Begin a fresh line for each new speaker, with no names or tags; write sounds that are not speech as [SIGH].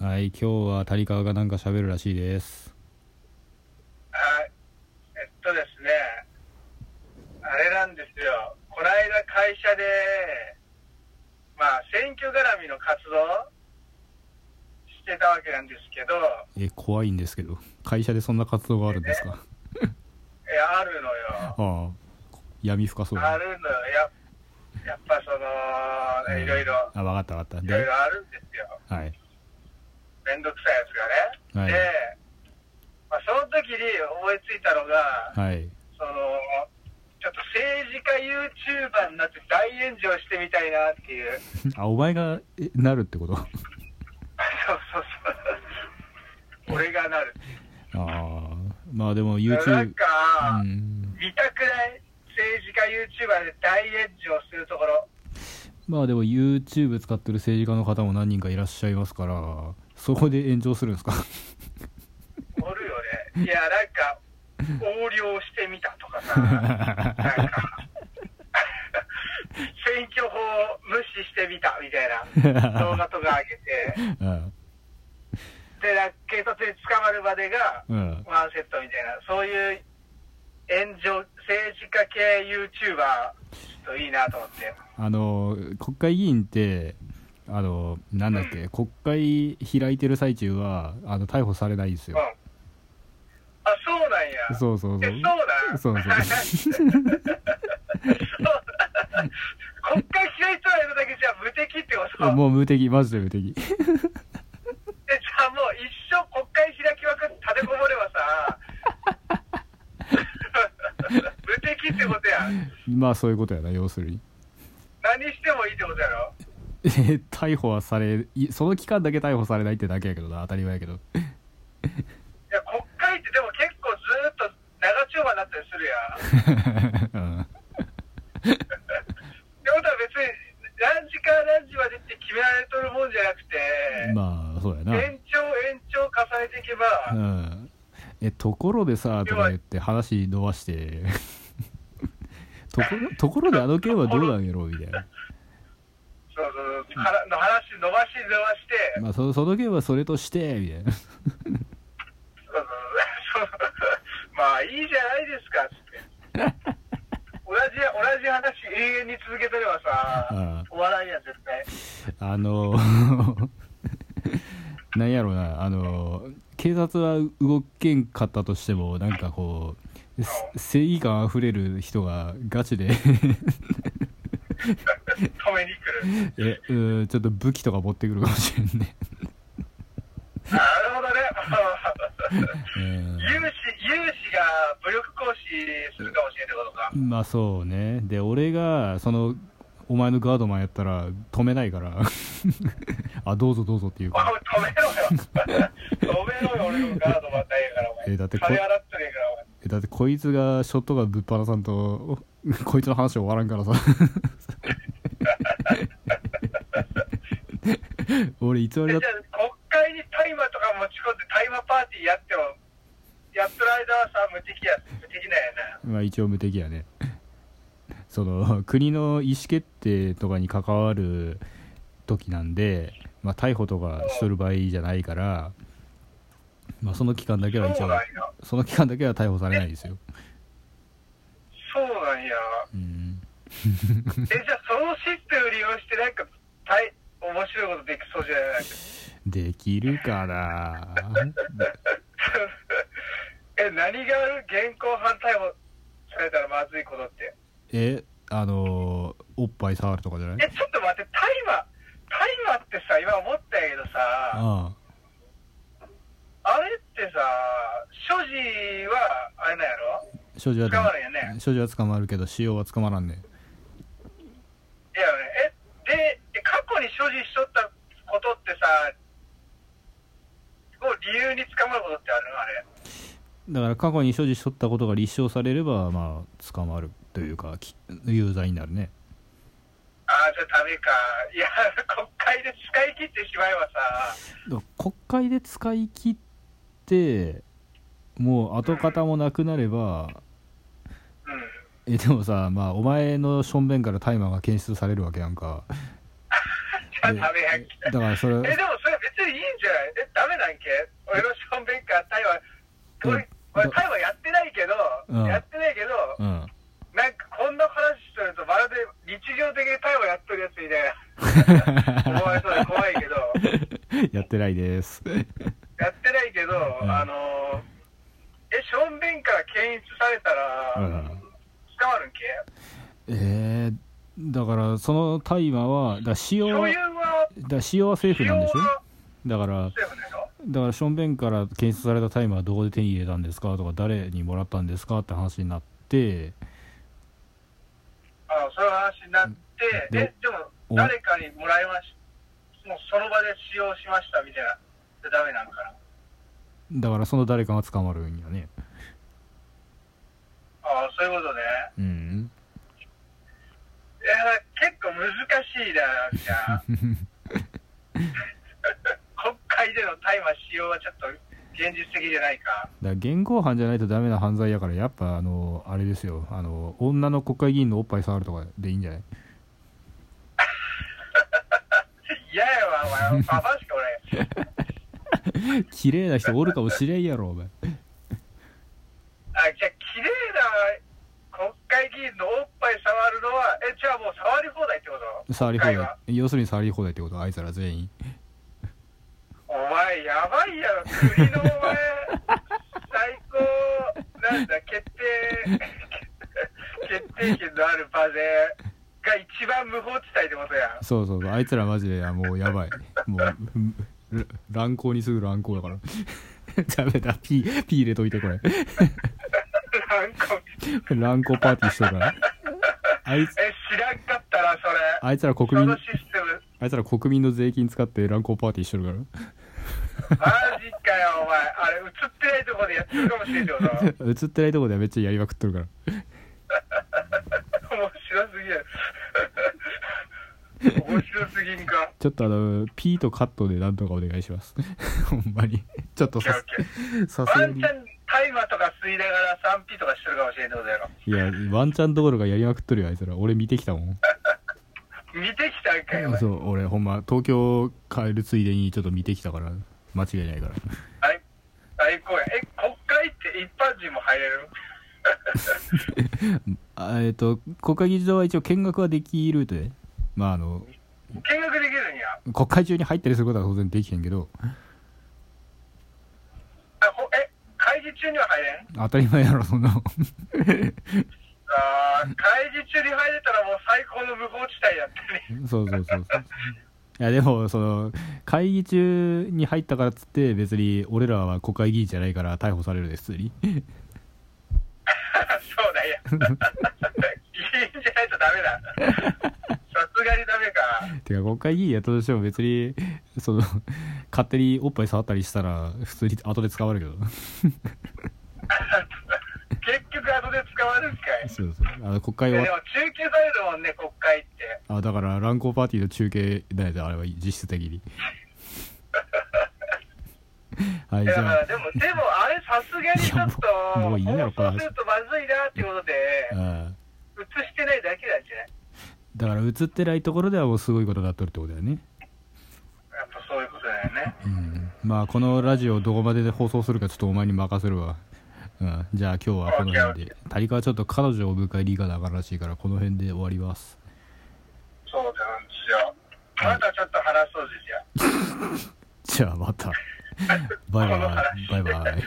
はい今日は谷川がなんか喋るらしいです
はい。えっとですね、あれなんですよ。この間会社で、まあ選挙絡みの活動してたわけなんですけど、
え怖いんですけど会社でそんな活動があるんですか
えあるのよ。
ああ闇深そう
あ
だ
るのよ。ややっぱその、ねいろいろ、
あわかったわかった
いろい
で
ろあるんですよ。
はい
めんどくさいやつがね。
はい
で、まあ、その時に思いついたのが、
はい
その、ちょっと政治家 YouTuber になって大炎上してみたいなっていう。 [LAUGHS]
あお前がえなるってことあ
そうそうそう。俺がなる。
あまあでも
な
YouTube
んか、
うん
見たくない政治家 YouTuber で大炎上するところ。
まあでも YouTube 使ってる政治家の方も何人かいらっしゃいますからそこで炎上するんですか
[LAUGHS] おるよね。いや、なんか、横領してみたとかさ。
[LAUGHS]
なんか、選挙法を無視してみたみたいな動画とか上げて、
うん
で、なんか警察に捕まるまでが、
うん
ワンセットみたいな、そういう炎上、政治家系 YouTuber、ちょっといいなと思って。
あの国会議員ってあのなんだっけ、国会開いてる最中はあの逮捕されないんです
うん。
よ、
あ、そうなんや。う
そうそうそう
え、そうな
そう
ん
そ
[LAUGHS]
う
国会開いてるだけじゃ無敵ってことえ、じ
もう無敵マジで無敵
ゃあもう一生国会開きまくって立てこもれば
[LAUGHS]
さ、無敵ってことやん。
まあそういうことやな要するに
何してもいいってことやろ。
え逮捕はされいその期間だけ逮捕されないってだけやけどな当たり前やけど [LAUGHS]
いや、国会ってでも結構ずーっと長丁場になったりするやん。
うん
ってことは別に何時から何時までって決められとるもんじゃなくて、
まあそうやな
延長延長重ねていけば、
うんえところでさとか言って話伸ばして [LAUGHS] ところところであの件はどうなんやろうみたいな
そうそうそう、からの話伸ばし伸ばして、
まあそその件はそれとしてみたいな
そうそうそうまあいいじゃないですかっつって。同じ同じ話永遠に続けてれば
うん
さ、お笑いやん絶対。
あの [LAUGHS] なんやろうなあの警察は動けんかったとしてもなんかこうせ正義感あふれる人がガチで
止めに来る。
え [LAUGHS] うんちょっと武器とか持ってくるかもしれんね、
なるほどね。
うん
有志有志が武力行使するかもしれないってことか。 [LAUGHS]
まあそうねで俺がそのお前のガードマンやったら止めないから [LAUGHS] あどうぞどうぞっていう
おい
か
止めろよ。止めろよ、 [LAUGHS] 俺のガードマンだけから、お前。
えだってこ
金洗ってねえから、お前。
えだってこいつがショットガンぶっ放さんと [LAUGHS] こいつの話終わらんからさ [LAUGHS] 俺いつまで
え
だ
じゃあ、国会に大麻とか持ち込んで、大麻パーティーやっても、やってる間はさ、無敵や、無敵なんやな。
まあ一応無敵やねその国の意思決定とかに関わる時なんで、まあ、逮捕とかしとる場合じゃないから、まあ、その期間だけは一
そう
応
なんや。
その期間だけは逮捕されないですよ
そうなんや。
うん
え、
[LAUGHS]
じゃあ、そのシステム利用して、なんか、たい面白いことできそうじゃないなんか
できるかな
え、何がある現行犯逮捕されたらまずいことって。
えあのおっぱい触るとかじゃない
え、ちょっと待って、大麻、大麻ってさ、今思ったんやけどさ、
あ
あれってさ、所持は、あれなんやろ
あ所持は
捕まるよね。
所持は捕まるけど使用は捕まらんね
いやね。え、で、え過去に所持しとったことってさ、こう理由に捕まることってあるのあれ。
だから過去に所持しとったことが立証されればまあ捕まるというかき有罪になるね
ああ、じゃあダメか。いや、国会で使い切ってしまえばさ、
だから国会で使い切ってもう跡形もなくなれば
うん。
えでもさまあお前のしょんべんから大麻が検出されるわけやんか
[LAUGHS] じゃあダメや
だからそれ
え、でもそれ別にいいんじゃない思われそうで怖いけど、
[LAUGHS] やってないです。
やってないけど、
ん
あのー、え、正面から検出された
う
ら、
ん
捕まるんけ
えー、だからその大麻はだから使用
所
は
有
だか
は、
ら使用はセーフ
使
な
用
んでしょ
は
だから
セーフでしょ
だからションベンから検出された大麻はどこで手に入れたんですかとか誰にもらったんですかって話になって
あそういう話になって、
で
え、でも、
お
誰かにもらいました、もうその場で使用しましたみたいな、でダメなのかな。
だからその誰かが捕まるんやね
ああ、そういうことね。
うん
いや、結構難しいな、
[LAUGHS]
じゃあ。国会での大麻使用はちょっと現実的じゃないか。
だから現行犯じゃないとダメな犯罪やからやっぱあのあれですよあの女の国会議員のおっぱい触るとかでいいんじゃない
嫌やわ、お前。ババしかおらんやん。
綺麗な人おるかもしれんやろお前
あ、じゃあ、綺麗な国会議員のおっぱい触るのは、え、じゃあもう触り放題ってこと
触り放
国会
題
は
要するに触り放題ってことあいつら全員
お前、やばいやろ。国のお前、最高、なんだ、決定、決定権のある場で、が一番無法地帯ってことやん。
そうそうそうあいつらマジであもうやばいもううん乱行にすぐ乱行だから [LAUGHS] ダメだ P, P 入れといてこれ
なんか
乱行パーティーしとるからあいつ
え、知らんかったな、それ。
あいつら国
そ
民
のシステム。
あいつら国民の税金使って乱行パーティーしとるから
マジかよ、お前。あれ、映ってないとこでやってるかもしれんけどな。面
映ってないとこではめっちゃやりまくっとるから
白すぎる。面白すぎんか。
ちょっとあの P とカットでなんとかお願いします [LAUGHS] ほんまにちょっと
オッケー
ささ
オッケー。
す
ワ
が
ン
に
チャン、大麻とか吸いながら 3P とかしてるかもしれんってことやろ。
いやワンチャンどころかやりまくっとるよあいつら俺見てきたもん
見てきたんかよ、お前
そう俺ほんま東京帰るついでにちょっと見てきたから間違いないから
はい。最高や。え、国会って一般人も入れる
あえっと国会議事堂は一応見学はできるとでまああの
見学できるんや。
国会中に入ったりすることは当然できへんけど
あほえ、会議中には入れん
当たり前やろ [LAUGHS] そんなもん
あー会議中に入れたらもう最高の無法地帯やって
[LAUGHS]
ね。
そうそうそうそういやでもその会議中に入ったからっつって別に俺らは国会議員じゃないから逮捕されるです普通に
そうだよ。議員じゃないとダメだ。
[LAUGHS]
さすがにダメか。
てか国会議員やったとしても別にその勝手におっぱい触ったりしたら普通に後で捕まるけど
結局後で捕まるんかい。
そうそうあの国会
で
終わっ
も中継されるもんね、国会って。
あだから乱行パーティーの中継だよねあれは実質的にはい
い
じ
や
ゃ
でも、でもあれさすがにちょっと
いやもうもういいやろこの
放
話
送するとまずいなってことで、
あうん
映してないだけなんじゃない
だから映ってないところではもうすごいことになっとるってことだよね、
やっぱそういうことだよね。
うん、まあこのラジオどこまでで放送するかちょっとお前に任せるわ、うん、じゃあ今日はこの辺で谷川ちょっと彼女を迎えに行かなあかんらしいからこの辺で終わります
そうなんですよ。またちょっと話そうぜ、じゃあ。
じゃあまたバイバイバイバイ